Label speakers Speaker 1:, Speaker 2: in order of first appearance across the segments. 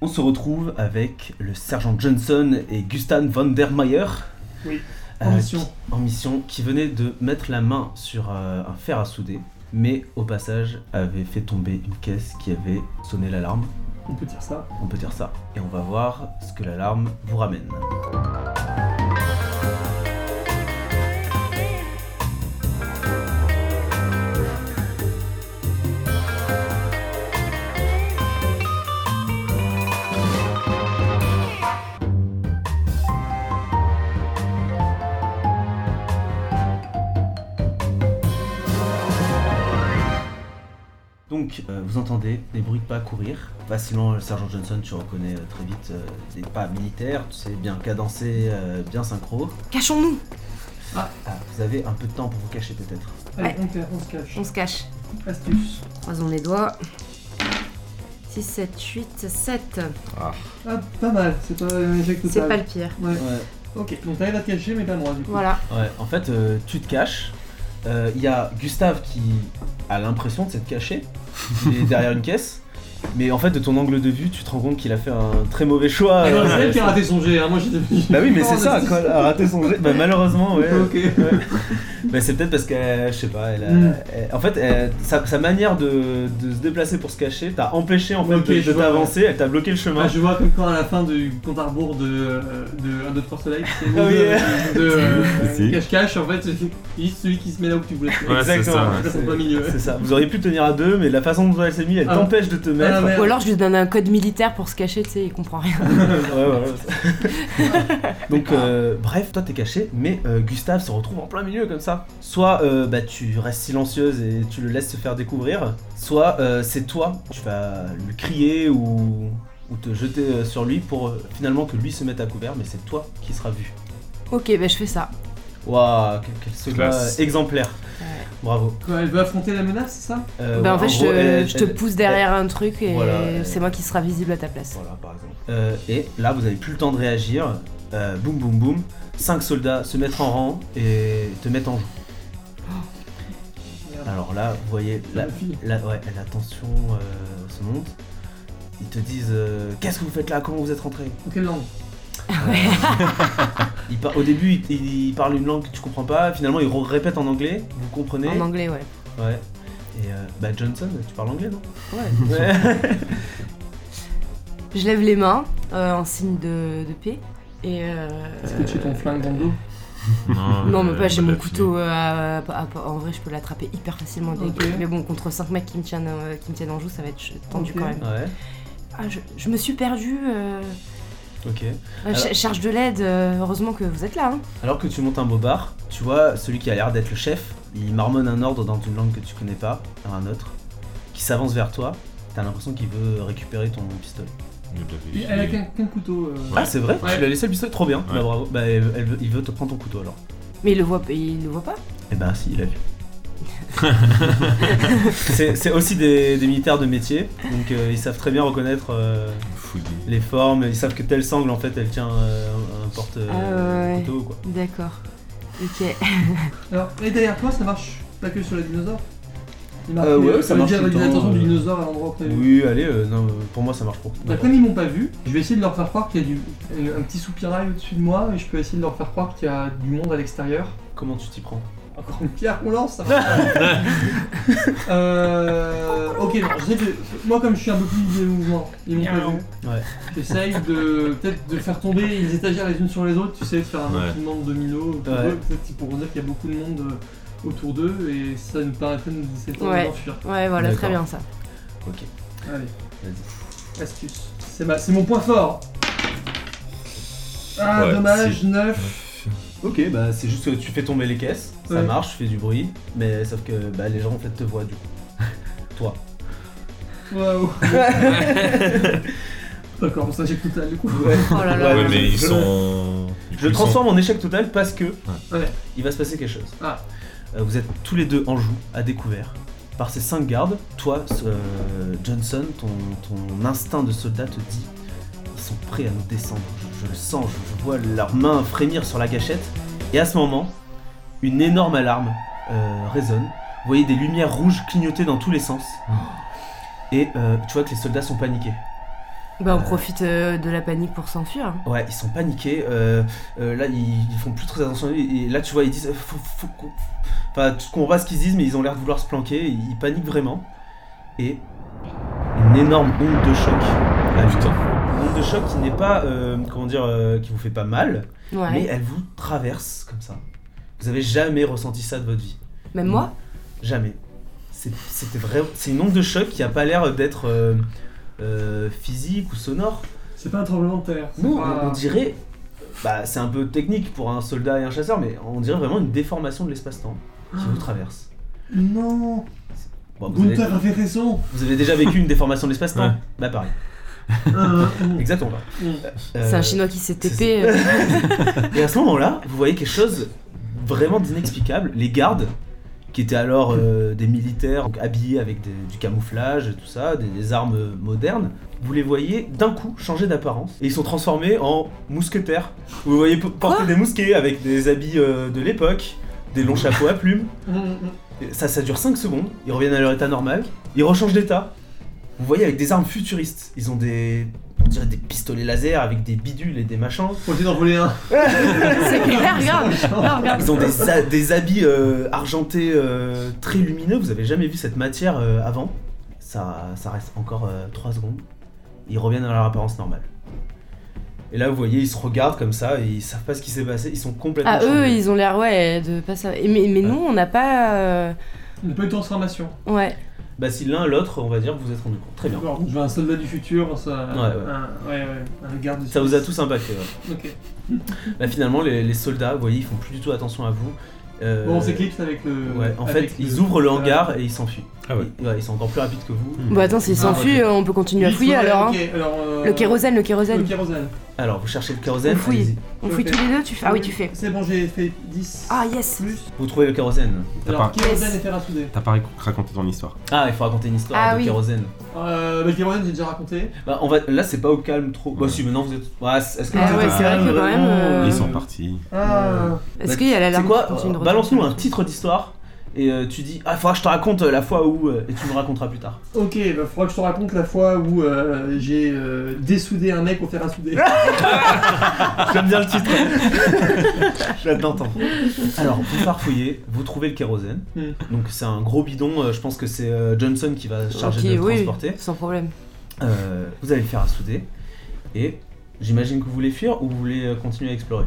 Speaker 1: On se retrouve avec le sergent Johnson et Gustav van der Meyer.
Speaker 2: Oui,
Speaker 1: euh,
Speaker 2: en mission.
Speaker 1: qui- en mission, qui venaient de mettre la main sur euh, un fer à souder, mais au passage avait fait tomber une caisse qui avait sonné l'alarme.
Speaker 2: On peut dire ça.
Speaker 1: On peut dire ça. Et on va voir ce que l'alarme vous ramène. Donc, euh, vous entendez des bruits de pas courir. Facilement, le sergent Johnson, tu reconnais euh, très vite euh, des pas militaires, tu sais, bien cadencé, bien synchro.
Speaker 3: Cachons-nous
Speaker 1: Ah, vous avez un peu de temps pour vous cacher peut-être.
Speaker 2: Allez,
Speaker 3: Ouais.
Speaker 2: on, te- on se cache.
Speaker 3: On se cache.
Speaker 2: Astuce.
Speaker 3: Croisons les doigts. 6, 7, 8, 7.
Speaker 2: Ah, pas mal, c'est pas un échec
Speaker 3: C'est
Speaker 2: total.
Speaker 3: pas le pire.
Speaker 2: Ouais.
Speaker 1: Ouais.
Speaker 2: Ok, donc t'arrives à te cacher, mais pas moi du coup.
Speaker 3: Voilà.
Speaker 1: Ouais, en fait, euh, tu te caches. Euh, Il y a Gustave qui a l'impression de s'être caché. Il est derrière une caisse. Mais en fait, de ton angle de vue, tu te rends compte qu'il a fait un très mauvais choix.
Speaker 2: Ah, non,
Speaker 1: euh,
Speaker 2: c'est elle qui a raté son jet, hein. moi j'étais.
Speaker 1: Bah oui, mais
Speaker 2: Oh,
Speaker 1: c'est ça,
Speaker 2: astuce.
Speaker 1: quoi, elle a raté son jet. Bah malheureusement, ouais.
Speaker 2: Ok.
Speaker 1: Ouais. Bah c'est peut-être parce que, euh, je sais pas, elle a-
Speaker 2: Mm.
Speaker 1: elle- en fait, elle- sa, sa manière de, de se déplacer pour se cacher t'a empêché en fait
Speaker 2: Ok,
Speaker 1: de-
Speaker 2: je
Speaker 1: de
Speaker 2: vois,
Speaker 1: t'avancer, elle t'a bloqué le chemin.
Speaker 2: Ah, je vois comme quand à la fin du compte à rebours de, euh, de 1, 2, 3 soleil, c'est
Speaker 1: Ah oui,
Speaker 2: de euh,
Speaker 4: Si.
Speaker 2: cache-cache, en fait, c'est juste celui qui se met là où tu voulais. te mettre.
Speaker 4: Ouais, c'est ça,
Speaker 2: ouais.
Speaker 1: C'est-
Speaker 2: Au plein milieu.
Speaker 1: C'est ça. Vous auriez pu tenir à deux, mais la façon dont elle s'est mise, elle
Speaker 2: Ah.
Speaker 1: t'empêche de te
Speaker 2: Ah,
Speaker 1: mettre.
Speaker 2: la merde.
Speaker 3: Ou alors je lui donne un code militaire pour se cacher, tu sais, il comprend rien.
Speaker 1: Ouais, ouais, ouais. Donc, euh, bref, toi t'es caché, mais euh, Gustave se retrouve en plein milieu comme ça. Soit euh, bah, tu restes silencieuse et tu le laisses se faire découvrir, soit euh, c'est toi, tu vas lui crier ou, ou te jeter euh, sur lui pour euh, finalement que lui se mette à couvert, mais c'est toi qui sera vu.
Speaker 3: Ok, bah je fais ça.
Speaker 1: Waouh, quel, quel soldat
Speaker 4: Classe.
Speaker 1: exemplaire!
Speaker 3: Ouais.
Speaker 1: Bravo.
Speaker 2: Quoi, elle veut affronter la menace, c'est ça
Speaker 1: Euh,
Speaker 3: bah en
Speaker 1: ouais,
Speaker 3: fait, je,
Speaker 1: gros, elle-
Speaker 3: je te
Speaker 1: elle-
Speaker 3: pousse derrière un truc et
Speaker 1: Voilà, elle-
Speaker 3: c'est moi qui sera visible à ta place.
Speaker 1: Voilà, par exemple. Euh, et là, vous avez plus le temps de réagir. Euh, boum, boum, boum. Cinq soldats se mettent en rang et te mettent en joue.
Speaker 3: Oh.
Speaker 2: Merde.
Speaker 1: Alors là, vous voyez, la,
Speaker 2: La fille.
Speaker 1: la- ouais, la tension euh, se monte. Ils te disent euh, Qu'est-ce que vous faites là Comment vous êtes rentrés
Speaker 2: En quelle langue
Speaker 1: Ils par- Au début, ils, ils parlent une langue que tu comprends pas. Finalement, ils re- répètent en anglais. Vous comprenez
Speaker 3: En anglais, ouais.
Speaker 1: Ouais. Et euh, bah, Johnson, tu parles anglais, non
Speaker 3: Ouais.
Speaker 1: Ouais.
Speaker 3: Je lève les mains euh, en signe de, de paix. Et euh,
Speaker 2: Est-ce que tu es ton flingue dans le dos
Speaker 3: Non, mais
Speaker 4: euh,
Speaker 3: pas, j'ai
Speaker 4: bah,
Speaker 3: mon
Speaker 4: la
Speaker 3: couteau. euh, à- à- à- en vrai, je peux l'attraper hyper facilement. dès
Speaker 2: Ok.
Speaker 3: que- Mais bon, contre 5 mecs qui me tiennent, euh, qui me tiennent en joue, ça va être ch- tendu
Speaker 2: Ok.
Speaker 3: quand même.
Speaker 1: Ouais,
Speaker 3: Ah, je, je me suis perdue. euh,
Speaker 1: ok.
Speaker 3: euh, ch-
Speaker 1: Alors-
Speaker 3: cherche de l'aide. euh, heureusement que vous êtes là. hein.
Speaker 1: Alors que tu montes un bobard, tu vois celui qui a l'air d'être le chef, il marmonne un ordre dans une langue que tu connais pas, à un autre, qui s'avance vers toi, t'as l'impression qu'il veut récupérer ton pistolet.
Speaker 3: hein.
Speaker 4: fille, nous l'avait
Speaker 2: Et
Speaker 4: filé.
Speaker 2: Elle a qu'un qu'un couteau. euh,
Speaker 1: Ah c'est vrai,
Speaker 2: Ouais.
Speaker 1: tu lui as laissé le pistolet, trop bien,
Speaker 4: Ouais.
Speaker 1: bah bravo, bah elle veut- il veut te prendre ton couteau alors.
Speaker 3: Mais il le voit, il le voit pas.
Speaker 1: Eh ben si, il a vu. c'est c'est aussi des, des militaires de métier, donc euh, ils savent très bien reconnaître euh,
Speaker 4: Fouillé.
Speaker 1: les formes, ils savent que telle sangle en fait elle tient euh, un porte-couteau
Speaker 3: Ah ouais.
Speaker 1: quoi.
Speaker 3: D'accord. Ok.
Speaker 2: Alors, et derrière toi, ça marche pas que sur le dinosaure Il marche,
Speaker 1: Euh, ouais,
Speaker 2: mais,
Speaker 1: ça
Speaker 2: veut
Speaker 1: marche
Speaker 2: dire
Speaker 1: tout le temps,
Speaker 2: l'attention du
Speaker 1: euh.
Speaker 2: dinosaure à l'endroit prévu.
Speaker 1: Oui, allez, euh, non, pour moi ça marche pour.
Speaker 2: Bah, comme ils m'ont pas vu, je vais essayer de leur faire croire qu'il y a du, euh, un petit soupirail au-dessus de moi et je peux essayer de leur faire croire qu'il y a du monde à l'extérieur.
Speaker 1: Comment tu t'y prends
Speaker 2: Encore une pierre qu'on lance ça va. Euh. Ok, non, j'essaie de- moi comme je suis un peu plus des mouvements, ils m'ont pas vu.
Speaker 1: Ouais.
Speaker 2: J'essaye de peut-être de faire tomber les étagères les unes sur les autres, tu sais, de faire un
Speaker 4: Ouais.
Speaker 2: petit monde domino autour
Speaker 1: Ouais.
Speaker 2: d'eux, peut-être qu'ils pourront dire qu'il y a beaucoup de monde euh, autour d'eux et ça nous permettrait de nous essayer de
Speaker 3: Ouais.
Speaker 2: d'enfuir.
Speaker 3: Ouais, voilà,
Speaker 1: D'accord.
Speaker 3: très bien ça.
Speaker 1: Ok,
Speaker 2: Allez,
Speaker 1: vas-y.
Speaker 2: astuce. C'est ma- c'est mon point fort Ah,
Speaker 4: Ouais,
Speaker 2: dommage, 9.
Speaker 1: Ok, bah c'est juste que tu fais tomber les caisses, ça
Speaker 2: Ouais.
Speaker 1: marche, tu fais du bruit, mais sauf que bah, les gens en fait te voient du coup. Toi.
Speaker 2: Waouh D'accord, on s'injecte total du coup.
Speaker 3: Oh là là.
Speaker 1: Ouais,
Speaker 4: Ouais, mais ils
Speaker 1: je-
Speaker 4: sont.
Speaker 1: Je
Speaker 4: ils
Speaker 1: transforme en échec total parce que
Speaker 2: Ouais.
Speaker 1: il va se passer quelque chose.
Speaker 2: Ah.
Speaker 1: Euh, vous êtes tous les deux en joue, à découvert, par ces cinq gardes. Toi, euh, Johnson, ton, ton instinct de soldat te dit ils sont prêts à nous descendre. Je, je le sens, je, je vois leurs mains frémir sur la gâchette. Et à ce moment, une énorme alarme euh, résonne. Vous voyez des
Speaker 4: Oh.
Speaker 1: lumières rouges clignoter dans tous les sens. Et euh, tu vois que les soldats sont paniqués.
Speaker 3: Bah, on profite euh, de la panique pour s'enfuir. hein.
Speaker 1: Ouais, ils sont paniqués. euh, euh, là, ils, ils font plus très attention. Et et là, tu vois, ils disent, euh, faut, faut qu'on, enfin, tu comprends pas ce qu'ils disent, mais ils ont l'air de vouloir se planquer. Ils, ils paniquent vraiment. Et une énorme onde de choc. Ah,
Speaker 4: Putain.
Speaker 1: Une onde de choc qui n'est pas, euh, comment dire, euh, qui vous fait pas mal,
Speaker 3: Ouais.
Speaker 1: mais elle vous traverse comme ça. Vous avez jamais ressenti ça de votre vie.
Speaker 3: Même moi
Speaker 1: Jamais. C'est- C'était vrai. C'est une onde de choc qui a pas l'air d'être euh, euh, physique ou sonore.
Speaker 2: C'est pas un tremblement de terre. c'est
Speaker 1: Non,
Speaker 2: pas-
Speaker 1: on, on dirait. Bah, c'est un peu technique pour un soldat et un chasseur, mais on dirait vraiment une déformation de l'espace-temps qui vous traverse.
Speaker 2: Non
Speaker 1: Bon, Oh, vous, avez,
Speaker 2: Gunther avait raison
Speaker 1: vous avez déjà vécu une déformation de l'espace-temps
Speaker 4: Ouais.
Speaker 1: Bah, pareil.
Speaker 2: Euh, mm,
Speaker 1: Exactement. pareil.
Speaker 2: mm.
Speaker 1: Euh,
Speaker 3: C'est un chinois qui s'est
Speaker 1: c'est-
Speaker 3: TP. euh,
Speaker 1: Et à ce moment-là, vous voyez quelque chose vraiment d'inexplicable. Les gardes, qui étaient alors euh, des militaires donc habillés avec des- du camouflage, et tout ça, des, des armes modernes, vous les voyez d'un coup changer d'apparence. Et ils sont transformés en mousquetaires. Vous les voyez p- porter des mousquets avec des habits euh, de l'époque, des longs chapeaux à plumes.
Speaker 2: Mm, mm.
Speaker 1: Et Ça, ça dure 5 secondes, ils reviennent à leur état normal, ils rechangent d'état. Vous voyez avec des armes futuristes, ils ont des. On dirait des pistolets laser avec des bidules et des machins.
Speaker 2: Faut essayer d'en voler un.
Speaker 3: C'est clair, regarde Là, regarde
Speaker 1: Ils ont des, ha- des habits euh, argentés euh, très lumineux, vous avez jamais vu cette matière euh, avant. Ça, ça reste encore 3 secondes. Ils reviennent à leur apparence normale. Et là, vous voyez, ils se regardent comme ça, et ils savent pas ce qui s'est passé, ils sont complètement.
Speaker 3: Ah, eux,
Speaker 1: changés.
Speaker 3: ils ont l'air, ouais, de pas ça. Mais, mais nous, on n'a pas. euh,
Speaker 2: On n'a pas eu de transformation.
Speaker 3: Ouais.
Speaker 1: Bah, si l'un, l'autre, on va dire, vous vous êtes rendu compte. Très bien.
Speaker 2: Bon, je veux un soldat du futur, ça...
Speaker 1: Ouais, ouais.
Speaker 2: Un, ouais, ouais, un garde du
Speaker 1: Ça vous a tous impacté, ouais.
Speaker 2: Ok.
Speaker 1: Bah finalement, les, les soldats, vous voyez, ils font plus du tout attention à vous. Euh,
Speaker 2: Bon, on s'éclipse avec le...
Speaker 1: Ouais, en fait,
Speaker 2: avec
Speaker 1: ils
Speaker 2: le- euh,
Speaker 1: ouvrent le hangar et ils s'enfuient.
Speaker 4: Ah ouais.
Speaker 1: Ils, ouais, ils sont encore plus rapides que vous.
Speaker 4: Hmm.
Speaker 3: Bon, attends, s'ils
Speaker 2: Ah,
Speaker 3: s'enfuient, euh, on peut
Speaker 2: Il
Speaker 3: continuer à
Speaker 2: faut-
Speaker 3: fouiller alors. hein.
Speaker 2: ok, alors, euh,
Speaker 3: Le kérosène, le kérosène.
Speaker 2: Le kérosène.
Speaker 1: Alors, vous cherchez le kérosène,
Speaker 3: On fouille.
Speaker 1: allez-y.
Speaker 3: On fouille
Speaker 2: Je
Speaker 3: tous les deux, tu fais. Ah oui, tu fais.
Speaker 2: C'est bon, j'ai fait 10
Speaker 3: Ah yes
Speaker 2: plus.
Speaker 1: Vous trouvez le kérosène.
Speaker 4: T'as
Speaker 2: Alors,
Speaker 4: pas,
Speaker 2: kérosène
Speaker 3: Yes.
Speaker 2: et fer à souder.
Speaker 4: t'as pas rac- raconté ton histoire.
Speaker 1: Ah, il faut raconter une histoire
Speaker 3: Ah
Speaker 1: de
Speaker 3: oui.
Speaker 1: kérosène.
Speaker 2: Euh, le kérosène, j'ai déjà raconté.
Speaker 1: Bah, on va... Là, c'est pas au calme trop. Bah,
Speaker 4: Ouais.
Speaker 1: si, maintenant vous êtes. Ouais, c- est-ce que
Speaker 3: Ah
Speaker 1: vous êtes
Speaker 3: ouais,
Speaker 1: au
Speaker 3: c'est vrai
Speaker 1: calme
Speaker 3: que quand
Speaker 1: vraiment
Speaker 3: même, Euh,
Speaker 4: Ils sont partis.
Speaker 2: Ah,
Speaker 3: Est-ce qu'il y a la
Speaker 1: C'est
Speaker 3: larme
Speaker 1: quoi
Speaker 3: qui continue de
Speaker 1: euh,
Speaker 3: retenir
Speaker 1: Balance-nous un titre d'histoire et euh, tu dis Ah, faudra que je te raconte euh, la fois où. euh, Et tu me raconteras plus tard.
Speaker 2: ok, bah, faudra que je te raconte la fois où euh, j'ai euh, dessoudé un mec au fer à souder.
Speaker 3: Ah,
Speaker 1: J'aime bien le titre. J'ai d'entendre. Alors, vous farfouillez, vous trouvez le kérosène.
Speaker 3: Mm.
Speaker 2: Hmm.
Speaker 1: Donc, c'est un gros bidon. euh, je pense que c'est euh, Johnson qui va se charger
Speaker 3: Ok,
Speaker 1: de le
Speaker 3: oui,
Speaker 1: transporter.
Speaker 3: sans problème.
Speaker 1: Euh, vous allez le faire à souder. Et j'imagine que vous voulez fuir ou vous voulez euh, continuer à explorer.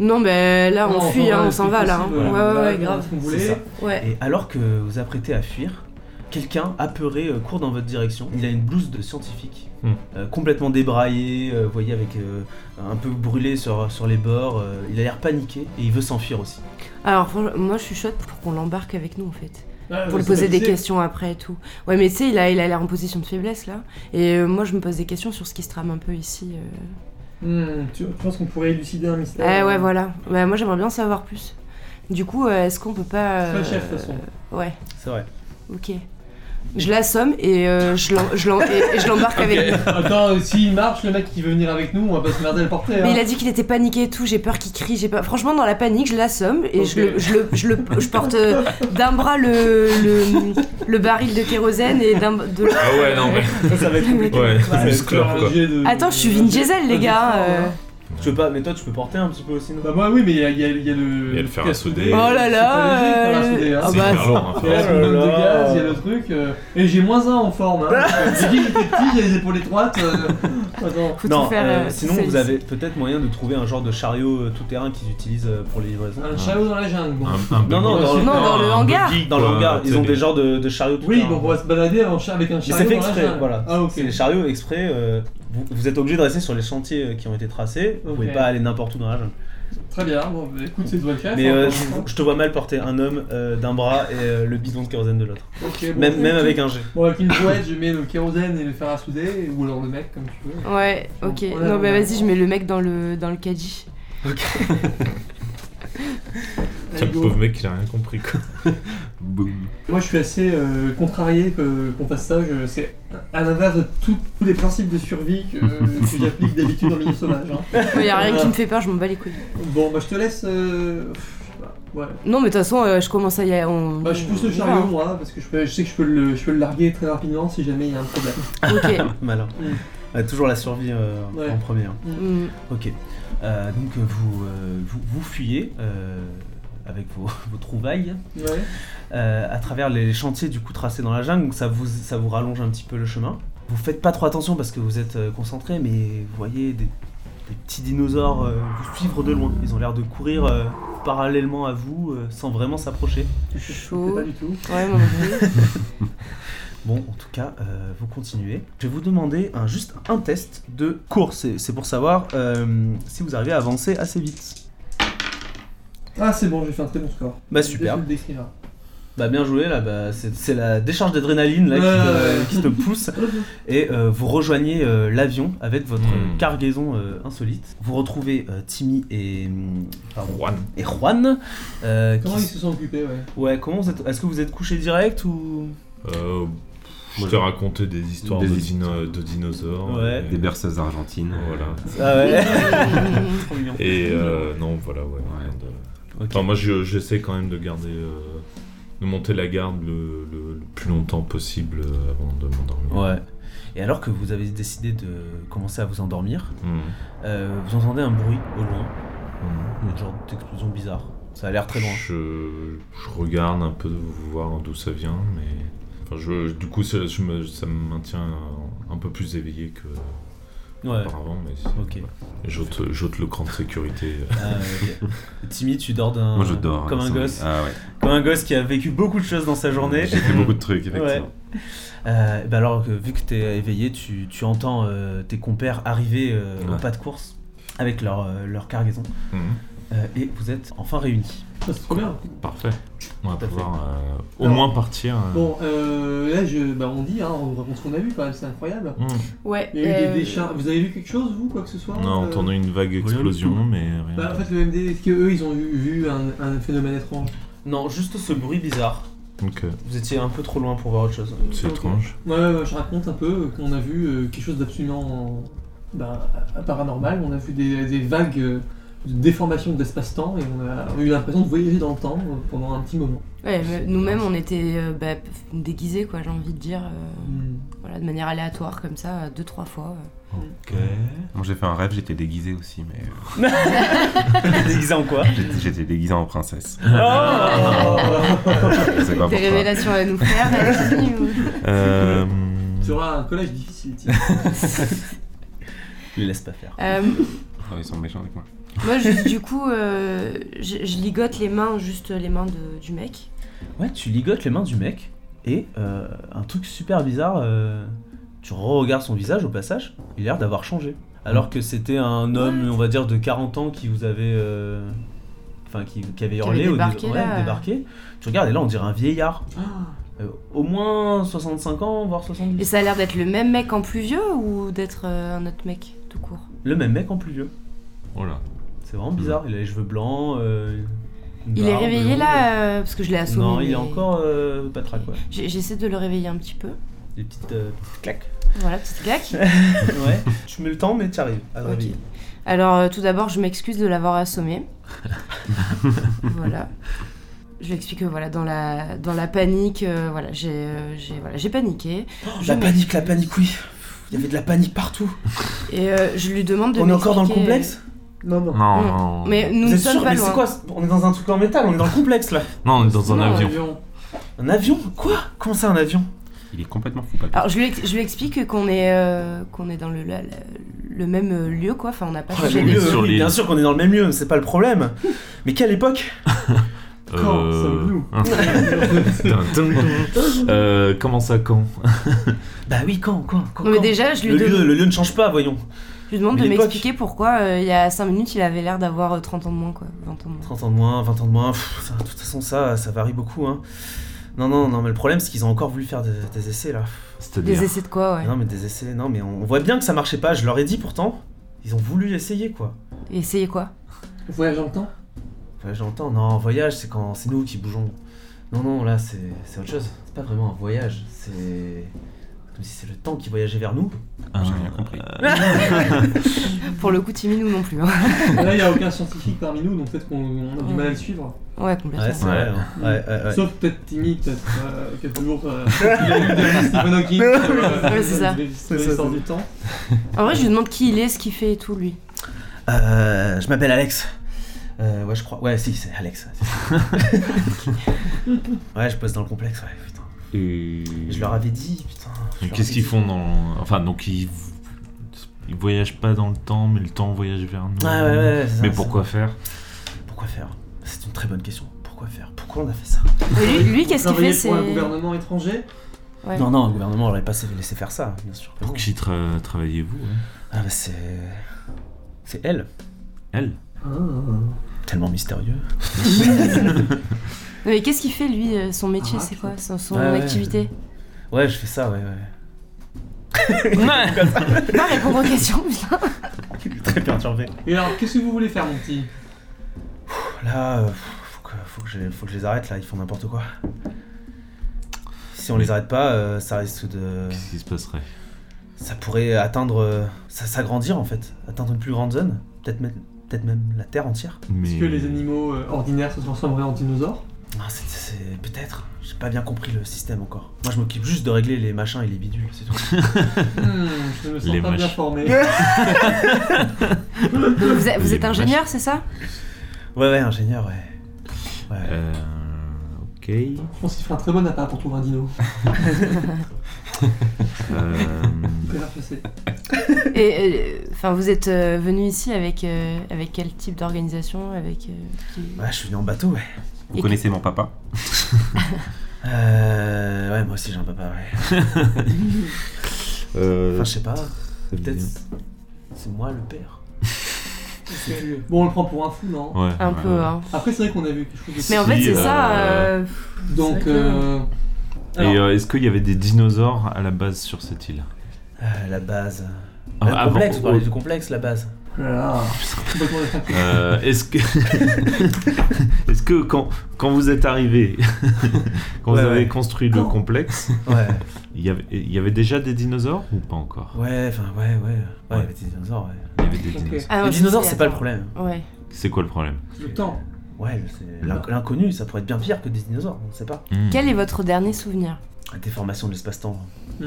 Speaker 3: Non, mais là, on
Speaker 2: Non,
Speaker 3: fuit, hein,
Speaker 2: va
Speaker 3: on s'en
Speaker 2: le
Speaker 3: va
Speaker 2: plus
Speaker 3: là. hein.
Speaker 2: possible,
Speaker 3: Ouais,
Speaker 2: on
Speaker 3: ouais,
Speaker 2: va
Speaker 3: ouais,
Speaker 2: dans
Speaker 3: grave.
Speaker 2: ce qu'on
Speaker 1: C'est ça.
Speaker 2: voulait.
Speaker 3: Ouais.
Speaker 1: Et alors que vous apprêtez à fuir, quelqu'un apeuré euh, court dans votre direction. Il a une blouse de scientifique,
Speaker 4: Hmm.
Speaker 1: euh, complètement débraillée, euh, vous voyez, avec euh, un peu brûlé sur, sur les bords. euh, il a l'air paniqué et il veut s'enfuir aussi.
Speaker 3: Alors, franchement, moi, je suis chaude pour qu'on l'embarque avec nous, en fait.
Speaker 2: Ah,
Speaker 3: Pour lui
Speaker 2: c'est
Speaker 3: poser des
Speaker 2: balisé.
Speaker 3: questions après et tout. Ouais, mais tu sais, il a il a l'air en position de faiblesse, là. Et euh, moi, je me pose des questions sur ce qui se trame un peu ici. euh.
Speaker 2: Hmm, tu, tu penses qu'on pourrait élucider un mystère
Speaker 3: Eh ouais, voilà. Bah, moi, j'aimerais bien en savoir plus. Du coup, euh, est-ce qu'on peut pas...
Speaker 2: C'est toi le
Speaker 3: euh,
Speaker 2: chef, de toute façon.
Speaker 3: Ouais,
Speaker 1: C'est vrai.
Speaker 3: ok. Je l'assomme et euh, je l'en- je l'en- et- et je l'embarque avec lui.
Speaker 2: Attends, euh, s'il marche, le mec qui veut venir avec nous, on va pas se merder à le porter.
Speaker 3: Mais il
Speaker 2: hein.
Speaker 3: a dit qu'il était paniqué et tout, j'ai peur qu'il crie, j'ai pas... Franchement, dans la panique, je l'assomme et je,
Speaker 2: Ok.
Speaker 3: le, je, le, je, le- je porte euh, d'un bras le, le, le baril de kérosène et d'un... De...
Speaker 4: Ah ouais, non, mais.
Speaker 1: Ça va être compliqué.
Speaker 4: Ouais,
Speaker 2: Ouais,
Speaker 4: plus
Speaker 2: c'est un
Speaker 4: clore quoi.
Speaker 2: jet de-
Speaker 3: Attends, je suis Vin Diesel, les gars euh.
Speaker 1: Tu veux pas, mais toi tu peux porter un petit peu aussi, non
Speaker 2: Bah moi oui, mais il y, a- il y a- il y a le...
Speaker 4: Il y a le fer à souder.
Speaker 3: Oh là
Speaker 2: C'est
Speaker 3: là
Speaker 2: pas léger, le fer à souder, hein.
Speaker 3: Ah
Speaker 4: C'est
Speaker 3: bah,
Speaker 4: hyper lourd, hein,
Speaker 2: Il y a
Speaker 4: frère.
Speaker 1: Oh
Speaker 2: la
Speaker 1: là
Speaker 2: bombe de
Speaker 1: là.
Speaker 2: gaz, il y a le truc. euh, Et j'ai moins un en forme. Hein, parce que depuis que j'étais petit, j'ai les épaules étroites. euh, Attends.
Speaker 3: Faut
Speaker 1: non,
Speaker 3: tout faire...
Speaker 1: euh,
Speaker 3: euh,
Speaker 1: sinon
Speaker 3: seul
Speaker 1: vous
Speaker 3: ici.
Speaker 1: avez peut-être moyen de trouver un genre de chariot euh, tout-terrain qu'ils utilisent euh, pour les livraisons.
Speaker 2: Un chalot dans la jungle. bon.
Speaker 4: Un- un
Speaker 1: Non, non,
Speaker 4: buggy.
Speaker 1: dans,
Speaker 3: Non, dans le
Speaker 4: Un
Speaker 3: hangar.
Speaker 4: buggy,
Speaker 1: dans le
Speaker 4: quoi,
Speaker 1: hangar,
Speaker 4: tu
Speaker 1: ils
Speaker 4: sais,
Speaker 1: ont
Speaker 4: des-
Speaker 1: des genres de, de chariots
Speaker 2: Oui,
Speaker 1: tout-terrain.
Speaker 2: bon, on va se balader en char- avec un
Speaker 1: Mais
Speaker 2: chariot.
Speaker 1: c'est fait
Speaker 2: dans la
Speaker 1: exprès,
Speaker 2: jungle.
Speaker 1: voilà.
Speaker 2: Ah ok.
Speaker 1: C'est des chariots exprès. euh, vous, vous êtes obligé de rester sur les sentiers euh, qui ont été tracés. Vous
Speaker 2: Ok.
Speaker 1: pouvez pas aller n'importe où dans la jungle.
Speaker 2: Très bien. Bon, bah, écoute, c'est toi le chef.
Speaker 1: Mais
Speaker 2: hein,
Speaker 1: euh,
Speaker 2: pour
Speaker 1: je,
Speaker 2: l'instant.
Speaker 1: je te vois mal porter un homme euh, d'un bras et euh, le bidon de kérosène de l'autre.
Speaker 2: Ok, bon.
Speaker 1: Même, même avec un jet.
Speaker 2: Bon, avec une brouette, je mets le kérosène et le fer à souder, ou alors le mec, comme tu veux.
Speaker 3: Ouais, ok.
Speaker 2: Bon, voilà,
Speaker 3: non, mais
Speaker 2: on a-
Speaker 3: vas-y, je mets le mec dans le, dans le caddie.
Speaker 4: Tiens,
Speaker 2: Allez,
Speaker 4: le
Speaker 2: go.
Speaker 4: pauvre mec, il a rien compris quoi. Boum.
Speaker 2: Moi, je suis assez euh, contrarié que- qu'on fasse ça. je- C'est à l'inverse de tous tous les principes de survie que, que j'applique d'habitude en milieu sauvage. hein.
Speaker 3: Il y a rien qui me fait peur, je m'en bats les couilles.
Speaker 2: Bon, bah, je te laisse. euh, pff, je sais pas, Ouais.
Speaker 3: Non, mais de toute façon, euh, je commence à y aller. on-
Speaker 2: Bah, je pousse
Speaker 3: on
Speaker 2: le
Speaker 3: y
Speaker 2: chariot, moi, parce que je, peux- je sais que je peux, le, je peux le larguer très rapidement si jamais il y a un problème.
Speaker 3: va. Ah, Ok.
Speaker 1: Malin.
Speaker 2: Mm.
Speaker 1: hein. Ouais, toujours la survie euh,
Speaker 2: Ouais.
Speaker 1: en premier. hein.
Speaker 3: Mm.
Speaker 1: Ok. Euh, donc euh, vous, euh, vous, vous fuyez euh, avec vos, vos trouvailles
Speaker 2: Ouais.
Speaker 1: euh, à travers les chantiers du coup tracés dans la jungle, donc ça vous, ça vous rallonge un petit peu le chemin. Vous faites pas trop attention parce que vous êtes concentré, mais vous voyez des, des petits dinosaures euh, vous suivre de loin. Ils ont l'air de courir euh, parallèlement à vous euh, sans vraiment s'approcher.
Speaker 2: C'est
Speaker 3: Chaud.
Speaker 2: pas du tout.
Speaker 3: Ouais, moi non plus.
Speaker 1: Bon, en tout cas, euh, vous continuez. Je vais vous demander un, juste un test de course. C'est- C'est pour savoir euh, si vous arrivez à avancer assez vite.
Speaker 2: Ah, c'est bon, j'ai fait un très bon score.
Speaker 1: Bah super.
Speaker 2: Je le décrire.
Speaker 1: Bah bien joué là, bah, c'est c'est la décharge d'adrénaline là qui,
Speaker 2: Ouais.
Speaker 1: te, qui te pousse et euh, vous rejoignez euh, l'avion avec votre
Speaker 4: Hmm.
Speaker 1: euh, cargaison euh, insolite. Vous retrouvez euh, Timmy et hum, pardon,
Speaker 4: Juan.
Speaker 1: et Juan. euh, qui
Speaker 2: Comment ils
Speaker 1: s-
Speaker 2: se sont occupés, ouais.
Speaker 1: Ouais, comment vous êtes Est-ce que vous êtes couché direct ou
Speaker 4: Euh, je
Speaker 5: Moi,
Speaker 4: te
Speaker 5: je-
Speaker 4: racontais des histoires
Speaker 5: Des
Speaker 4: de,
Speaker 5: histoires.
Speaker 4: dino- de dinosaures.
Speaker 1: Ouais.
Speaker 4: et-
Speaker 5: Des berceuses argentines. euh,
Speaker 4: Voilà.
Speaker 1: Ah ouais. Trop mignon.
Speaker 4: Et euh, non, voilà, ouais. rien de-
Speaker 1: Ok.
Speaker 4: Enfin, moi, je- j'essaie quand même de garder, euh, de monter la garde le, le- le plus longtemps possible euh, avant de m'endormir.
Speaker 1: Ouais. Et alors que vous avez décidé de commencer à vous endormir,
Speaker 4: Mhm.
Speaker 1: euh, vous entendez un bruit au loin,
Speaker 4: Mhm.
Speaker 1: une
Speaker 5: Hmm.
Speaker 1: genre d'explosion bizarre. Ça a l'air très loin.
Speaker 4: Je, je regarde un peu voir d'où ça vient, mais enfin, je, du coup, ça, je me, ça me maintient un, un peu plus éveillé que
Speaker 1: Ouais.
Speaker 4: auparavant, mais
Speaker 1: Ok.
Speaker 4: ok. j'ôte, j'ôte le cran de sécurité.
Speaker 1: Ah, ok. Timmy, tu dors d'un.
Speaker 5: Moi je dors.
Speaker 1: Comme un
Speaker 5: sans-
Speaker 1: gosse.
Speaker 5: Ah ouais.
Speaker 1: Comme un gosse qui a vécu beaucoup de choses dans sa journée.
Speaker 5: J'ai fait beaucoup de trucs, effectivement.
Speaker 1: Euh, bah alors, que, vu que t'es éveillé, tu, tu entends euh, tes compères arriver euh, au
Speaker 5: Ouais.
Speaker 1: pas de course avec leur, euh, leur cargaison.
Speaker 4: Mhm.
Speaker 1: Euh, et vous êtes enfin réunis.
Speaker 2: Ça, c'est trop bien.
Speaker 4: Parfait. On va
Speaker 1: Tout à
Speaker 4: pouvoir euh, au
Speaker 2: Alors-
Speaker 4: moins partir. euh,
Speaker 2: Bon, euh, là, je, bah, on dit, hein, on raconte ce qu'on a vu quand même, c'est incroyable.
Speaker 4: mhm.
Speaker 3: Ouais.
Speaker 2: Il y a eu
Speaker 3: euh,
Speaker 2: des décharges. Vous avez vu quelque chose, vous, quoi que ce soit
Speaker 4: On a
Speaker 2: euh,
Speaker 4: entendu une vague explosion, mais rien.
Speaker 2: Bah, en fait, le MD, est-ce qu'eux, ils ont eu- vu un, un phénomène étrange
Speaker 1: Non, juste ce bruit bizarre.
Speaker 4: Ok,
Speaker 1: Vous étiez un peu trop loin pour voir autre chose.
Speaker 4: c'est
Speaker 2: Ok.
Speaker 4: étrange.
Speaker 2: Ouais, ouais, ouais, je raconte un peu qu'on a vu euh, quelque chose d'absolument bah, paranormal. On a vu des, des vagues euh, de déformation de l'espace-temps et on a eu l'impression de voyager dans le temps euh, pendant un petit moment.
Speaker 3: Ouais, mais nous-mêmes, on était euh, bah, p- déguisés, quoi, j'ai envie de dire. euh, voilà, de manière aléatoire, comme ça, deux, trois fois. euh.
Speaker 4: Ok.
Speaker 5: Moi j'ai fait un rêve, j'étais déguisé aussi, mais euh,
Speaker 1: Déguisé en quoi
Speaker 5: j'étais- j'étais déguisé en princesse.
Speaker 1: Oh
Speaker 5: C'est pas
Speaker 3: Des
Speaker 5: pourquoi.
Speaker 3: révélations à nous faire, Alexis, ou-
Speaker 5: Euh,
Speaker 2: Tu auras un collège difficile, type.
Speaker 1: Je les laisse pas faire.
Speaker 3: Euh,
Speaker 5: oh, ils sont méchants avec moi.
Speaker 3: Moi, juste, du coup, euh, je, je ligote les mains, juste les mains de- du mec.
Speaker 1: Ouais, tu ligotes les mains du mec et euh, un truc super bizarre. euh, tu re-regardes son visage au passage, il a l'air d'avoir changé. Alors que c'était un homme, on va dire, de 40 ans qui vous avait. euh, Enfin, qui, qui avait hurlé au
Speaker 3: débarqué,
Speaker 1: ouais,
Speaker 3: là. Oh.
Speaker 1: débarqué. Tu regardes et là, on dirait un vieillard.
Speaker 2: Ah,
Speaker 1: Euh, au moins 65 ans, voire
Speaker 3: Et
Speaker 1: 70.
Speaker 3: ça a l'air d'être le même mec en plus vieux ou d'être euh, un autre mec, tout court
Speaker 1: Le même mec en plus vieux.
Speaker 4: Oh là.
Speaker 1: C'est vraiment bizarre. Il a les cheveux blancs. euh, une
Speaker 3: Il est
Speaker 1: barbe,
Speaker 3: réveillé
Speaker 1: longue.
Speaker 3: là euh, Parce que je l'ai assommé.
Speaker 1: Non, il
Speaker 3: mais
Speaker 1: est encore euh, patraque, ouais.
Speaker 3: j'ai- J'essaie de le réveiller un petit peu.
Speaker 1: Des petites, euh, petites claques.
Speaker 3: Voilà, petite claque.
Speaker 1: ouais. Tu mets le temps, mais tu arrives à le
Speaker 3: Ok.
Speaker 1: réveiller.
Speaker 3: Alors, euh, tout d'abord, je m'excuse de l'avoir assommé. voilà. Je lui explique que voilà, dans la, dans la panique, euh, voilà, j'ai euh, j'ai- voilà, j'ai
Speaker 1: Oh,
Speaker 3: paniqué. Je
Speaker 1: La
Speaker 3: m'excuse.
Speaker 1: panique, la panique, oui. Il y avait de la panique partout.
Speaker 3: Et euh, je lui demande de
Speaker 1: on est encore dans le
Speaker 3: m'expliquer,
Speaker 1: complexe
Speaker 2: non, non.
Speaker 5: Non,
Speaker 3: Non.
Speaker 5: non.
Speaker 3: euh, Mais nous
Speaker 1: Vous
Speaker 3: ne
Speaker 1: êtes
Speaker 3: sommes
Speaker 1: sûr
Speaker 3: pas
Speaker 1: Mais
Speaker 3: loin.
Speaker 1: c'est quoi ce- On est dans un truc en métal, on est dans le complexe là.
Speaker 5: Non, on est dans
Speaker 3: Non,
Speaker 5: un avion.
Speaker 1: Un avion Quoi Comment ça un avion
Speaker 5: Il est complètement fou, pas
Speaker 3: Alors je lui, ex- je lui explique qu'on est, euh, qu'on est dans le, la- la- le même euh, lieu, quoi. Enfin, on n'a pas
Speaker 1: Oh,
Speaker 3: changé
Speaker 1: le lieu,
Speaker 3: de...
Speaker 5: l'île. Sur
Speaker 1: oui,
Speaker 5: l'île.
Speaker 1: Bien sûr qu'on est dans le même lieu, c'est pas le problème. Mais quelle époque
Speaker 2: Quand sommes-nous
Speaker 4: Euh, comment ça quand
Speaker 1: Bah oui, quand Quand, quand,
Speaker 3: Non, mais
Speaker 1: quand
Speaker 3: déjà, je
Speaker 1: le,
Speaker 3: lui, de-
Speaker 1: lieu, le lieu ne change pas, voyons.
Speaker 3: je lui demande
Speaker 1: mais
Speaker 3: de
Speaker 1: l'époque.
Speaker 3: m'expliquer pourquoi, euh, il y a 5 minutes, il avait l'air d'avoir euh, 30 ans de moins, quoi. 20 ans de moins.
Speaker 1: 30 ans de moins, 20 ans de moins, pff, ça, de toute façon ça, ça varie beaucoup. Hein. Non, non, non, mais le problème c'est qu'ils ont encore voulu faire des, des essais là.
Speaker 3: Des
Speaker 4: C'est-à-dire.
Speaker 3: essais de quoi, ouais.
Speaker 1: Non, mais des essais, non, mais on, on voit bien que ça marchait pas, je leur ai dit pourtant. Ils ont voulu essayer quoi.
Speaker 3: Essayez quoi
Speaker 2: Voyage dans le temps
Speaker 1: Ouais, J'entends, non, un voyage, c'est quand c'est nous qui bougeons. Non, non, là, c'est c'est autre chose. C'est pas vraiment un voyage, c'est. Comme si c'est le temps qui voyageait vers nous.
Speaker 4: Un,
Speaker 1: J'ai rien
Speaker 5: compris.
Speaker 4: Euh,
Speaker 3: Pour le coup, Timmy, nous non plus. hein.
Speaker 2: Là, il n'y a aucun scientifique parmi nous, donc peut-être qu'on on a du mal à le suivre.
Speaker 3: Ouais,
Speaker 1: Ouais,
Speaker 3: complètement.
Speaker 1: c'est vrai. hein. Ouais, ouais, ouais.
Speaker 2: Sauf peut-être Timmy, peut-être euh, quelques jours. euh, il a lu dernier Stephen Hawking. euh,
Speaker 3: Ouais, c'est ça.
Speaker 2: sur
Speaker 1: C'est ça,
Speaker 2: l'histoire
Speaker 1: c'est
Speaker 2: du temps.
Speaker 3: En vrai, je lui demande qui il est, ce qu'il fait et tout, lui.
Speaker 1: Euh, je m'appelle Alex. Euh, ouais, je crois. Ouais, si, c'est Alex. ouais, je bosse dans le complexe, ouais, putain.
Speaker 4: Et...
Speaker 1: Je leur avais dit, putain. je
Speaker 4: Donc,
Speaker 1: leur
Speaker 4: Qu'est-ce
Speaker 1: avais
Speaker 4: qu'ils
Speaker 1: dit.
Speaker 4: font dans. Enfin, donc ils... ils voyagent pas dans le temps, mais le temps voyage vers nous.
Speaker 1: Ouais, Ah, ouais, ouais, ouais, c'est ça,
Speaker 4: Mais
Speaker 1: c'est
Speaker 4: pourquoi faire
Speaker 1: ça. Pourquoi faire C'est une très bonne question. Pourquoi faire Pourquoi on a fait ça
Speaker 3: Mais lui, lui, qu'est-ce qu'il fait
Speaker 2: Travailler
Speaker 3: C'est.
Speaker 2: pour un gouvernement étranger
Speaker 3: Ouais.
Speaker 1: Non, non, le gouvernement aurait pas laissé faire ça, bien sûr.
Speaker 4: Pour qui tra- travaillez-vous hein
Speaker 1: Ah, bah, c'est. C'est elle.
Speaker 4: Elle
Speaker 2: Ah.
Speaker 1: Tellement mystérieux.
Speaker 3: Non, Mais qu'est-ce qu'il fait, lui euh, Son métier,
Speaker 2: Ah,
Speaker 3: c'est quoi Son, son
Speaker 1: Ouais, ouais.
Speaker 3: activité
Speaker 1: Ouais, je fais ça, ouais, ouais.
Speaker 3: Non, répondre aux questions, putain.
Speaker 1: Très perturbé.
Speaker 2: Et alors, qu'est-ce que vous voulez faire, mon petit
Speaker 1: Là, euh, faut que, faut, que je, faut que je les arrête, là, ils font n'importe quoi. Si on les arrête pas, euh, ça risque de.
Speaker 4: Qu'est-ce qui se passerait
Speaker 1: Ça pourrait atteindre. euh, ça s'agrandir en fait, atteindre une plus grande zone, peut-être même, peut même la Terre entière.
Speaker 4: mais...
Speaker 2: Est-ce que les animaux euh, ordinaires se transformeraient en dinosaures
Speaker 1: Ah, c'est- c'est. Peut-être. J'ai pas bien compris le système encore. Moi, je m'occupe juste de régler les machins et les bidules, c'est tout.
Speaker 2: Hmm, Je me sens
Speaker 4: Les
Speaker 2: pas bien
Speaker 4: moches.
Speaker 2: formé.
Speaker 3: Donc, vous, êtes- vous
Speaker 4: Les
Speaker 3: êtes ingénieur, c'est ça
Speaker 1: Ouais, ouais, ingénieur, ouais. Ouais.
Speaker 4: Euh... Ok.
Speaker 2: Je pense qu'il ferait un très bon appart pour trouver un dino.
Speaker 4: Euh...
Speaker 2: Super FEC.
Speaker 3: Et euh, enfin, vous êtes euh, venu ici avec euh, avec quel type d'organisation Avec euh, qui-
Speaker 1: Ouais, je suis venu en bateau, ouais.
Speaker 5: Vous
Speaker 3: Et-
Speaker 5: connaissez mon papa
Speaker 1: Euh. Ouais, moi aussi j'ai un papa, ouais.
Speaker 4: euh,
Speaker 5: Euh,
Speaker 1: Enfin, je sais pas.
Speaker 4: très bien.
Speaker 1: Peut-être. C'est moi le père.
Speaker 2: Bon, on le prend pour un fou, non
Speaker 4: Ouais.
Speaker 3: un
Speaker 4: ouais.
Speaker 3: peu. Hein.
Speaker 2: Après, c'est vrai qu'on a vu quelque chose de...
Speaker 3: Mais en
Speaker 4: Si,
Speaker 3: fait, c'est
Speaker 4: euh,
Speaker 3: ça. euh,
Speaker 2: Donc,
Speaker 3: c'est vrai que-
Speaker 2: euh,
Speaker 4: Et
Speaker 2: alors,
Speaker 4: euh, est-ce qu'il y avait des dinosaures à la base sur cette île
Speaker 1: Euh, la base.
Speaker 4: Ah,
Speaker 1: Le
Speaker 4: avant-
Speaker 1: complexe, vous parlez du complexe, la base.
Speaker 2: oh là là, complètement détraqué.
Speaker 4: Euh, est-ce que, est-ce que quand, quand vous êtes arrivé, quand
Speaker 1: Ouais,
Speaker 4: vous avez
Speaker 1: ouais.
Speaker 4: construit le
Speaker 2: Quand
Speaker 4: complexe,
Speaker 1: Ouais.
Speaker 4: il y, avait, il y avait déjà des dinosaures ou pas encore
Speaker 1: Ouais, enfin, ouais, ouais. Ouais, il y avait des dinosaures, ouais.
Speaker 4: Il y avait des
Speaker 2: Ok.
Speaker 4: dinosaures.
Speaker 3: ah non,
Speaker 1: les
Speaker 3: je
Speaker 1: dinosaures,
Speaker 3: sais,
Speaker 1: c'est pas le
Speaker 3: attends.
Speaker 1: problème.
Speaker 3: Ouais.
Speaker 4: C'est quoi le problème
Speaker 2: Le temps.
Speaker 1: Ouais, c'est l'in- l'inconnu, ça pourrait être bien pire que des dinosaures, on sait pas.
Speaker 4: Hmm.
Speaker 3: Quel est votre dernier souvenir
Speaker 1: La déformation de l'espace-temps.
Speaker 2: Hmm.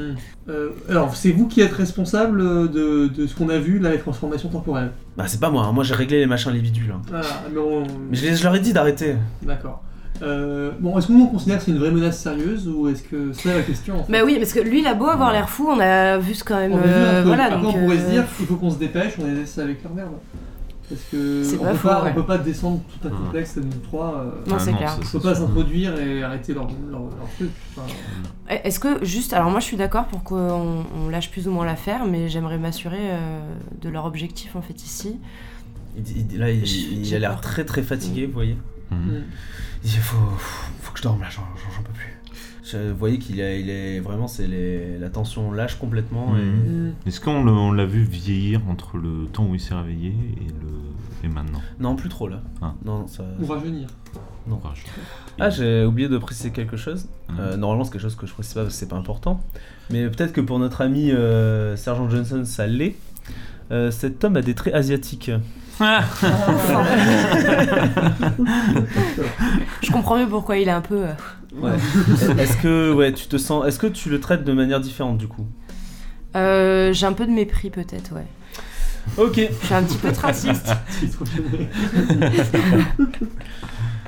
Speaker 2: Euh, alors, c'est vous qui êtes responsable euh, de, de ce qu'on a vu, là, les transformations temporelles.
Speaker 1: Bah, c'est pas moi, hein. moi j'ai réglé les machins, les bidules. hein.
Speaker 2: Voilà, mais on...
Speaker 1: Mais je, les- je leur ai dit d'arrêter.
Speaker 2: D'accord. Euh, bon, est-ce que nous, on considère que c'est une vraie menace sérieuse, ou est-ce que... C'est la question, en fait.
Speaker 3: Bah oui, parce que lui, il a beau avoir l'air fou, on a vu ce quand même.
Speaker 2: On a vu un
Speaker 3: euh,
Speaker 2: peu.
Speaker 3: voilà,
Speaker 2: Après,
Speaker 3: donc,
Speaker 2: on pourrait
Speaker 3: euh,
Speaker 2: se dire qu'il faut qu'on se dépêche, on les laisse avec leur merde. Parce que
Speaker 3: C'est
Speaker 2: on,
Speaker 3: pas
Speaker 2: peut
Speaker 3: faux,
Speaker 2: pas,
Speaker 3: ouais.
Speaker 2: on peut pas descendre tout un
Speaker 4: Ouais.
Speaker 2: complexe à nous trois. euh,
Speaker 3: Non,
Speaker 4: Ah
Speaker 3: c'est clair.
Speaker 4: ça,
Speaker 2: on peut
Speaker 4: c'est
Speaker 2: pas
Speaker 4: sûr.
Speaker 2: s'introduire et arrêter leur, leur, leur truc. Enfin,
Speaker 3: Eh, Est-ce que juste, alors moi je suis d'accord pour qu'on on lâche plus ou moins l'affaire, mais j'aimerais m'assurer euh, de leur objectif en fait ici.
Speaker 1: Il- il- là, il,
Speaker 3: J'ai-
Speaker 1: il
Speaker 3: j'ai
Speaker 1: a l'air
Speaker 3: peur.
Speaker 1: très très fatigué, vous voyez.
Speaker 5: Mm.
Speaker 4: Hmm.
Speaker 2: hmm.
Speaker 3: Mmh.
Speaker 1: Il dit faut, faut que je dorme là, j'en j'en- j'en peux plus. Je- vous voyez qu'il est, il est vraiment, c'est les- la tension lâche complètement. Et...
Speaker 4: Mhm.
Speaker 2: Hmm.
Speaker 4: Est-ce qu'on l'a, on l'a vu vieillir entre le temps où il s'est réveillé et, le, et maintenant
Speaker 1: Non, plus trop là.
Speaker 4: Ah.
Speaker 1: Non, non, ça.
Speaker 2: Ou rajeunir.
Speaker 4: Courage.
Speaker 1: Ah, j'ai oublié de préciser quelque chose.
Speaker 4: Hmm.
Speaker 1: Euh, normalement, c'est quelque chose que je précise pas parce que c'est pas important. Mais peut-être que pour notre ami euh, Sergent Johnson, ça l'est. Euh, cet homme a des traits asiatiques.
Speaker 3: Ah. Je comprends mieux pourquoi il est un peu. euh,
Speaker 1: Ouais. est-ce que ouais, tu te sens Est-ce que tu le traites de manière différente du coup
Speaker 3: euh, J'ai un peu de mépris peut-être, ouais.
Speaker 1: Ok.
Speaker 3: Je suis un petit peu raciste.
Speaker 2: C'est trop généreux.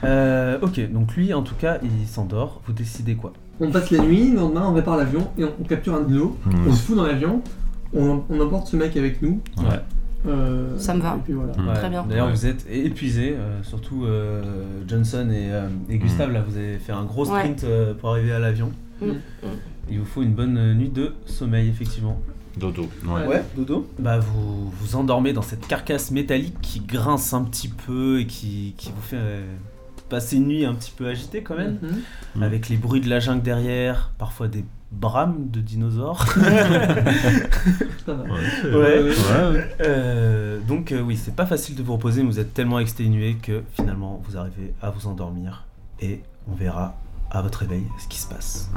Speaker 1: Euh, ok. Donc lui, en tout cas, il s'endort. Vous décidez quoi
Speaker 2: on passe la nuit, le lendemain on répare l'avion et on, on capture un dino,
Speaker 4: Hmm.
Speaker 2: on se fout dans l'avion, on, on emporte ce mec avec nous.
Speaker 4: Ouais.
Speaker 2: Euh,
Speaker 3: Ça me va.
Speaker 2: Et puis voilà.
Speaker 1: Mmh.
Speaker 4: Hmm.
Speaker 3: Très bien.
Speaker 1: D'ailleurs,
Speaker 4: Ouais.
Speaker 1: vous êtes é- épuisés, euh, surtout euh, Johnson et, euh,
Speaker 4: Mhm.
Speaker 1: et Gustave. Là, vous avez fait un gros
Speaker 3: Ouais.
Speaker 1: sprint euh, pour arriver à l'avion.
Speaker 3: Mm, mm.
Speaker 1: Il vous faut une bonne euh, nuit de sommeil, effectivement.
Speaker 4: Dodo.
Speaker 2: Ouais.
Speaker 1: dodo. Bah, vous vous endormez dans cette carcasse métallique qui grince un petit peu et qui, qui vous fait euh, passer une nuit un petit peu agitée quand même.
Speaker 2: Mhm.
Speaker 5: Mm.
Speaker 1: Avec les bruits de la jungle derrière, parfois des brames de dinosaures.
Speaker 2: C'est pas mal.
Speaker 4: Ouais.
Speaker 1: Ouais.
Speaker 4: Ouais, ouais.
Speaker 1: Euh, donc euh, oui, c'est pas facile de vous reposer, mais vous êtes tellement exténué que finalement vous arrivez à vous endormir et on verra à votre éveil ce qui se passe.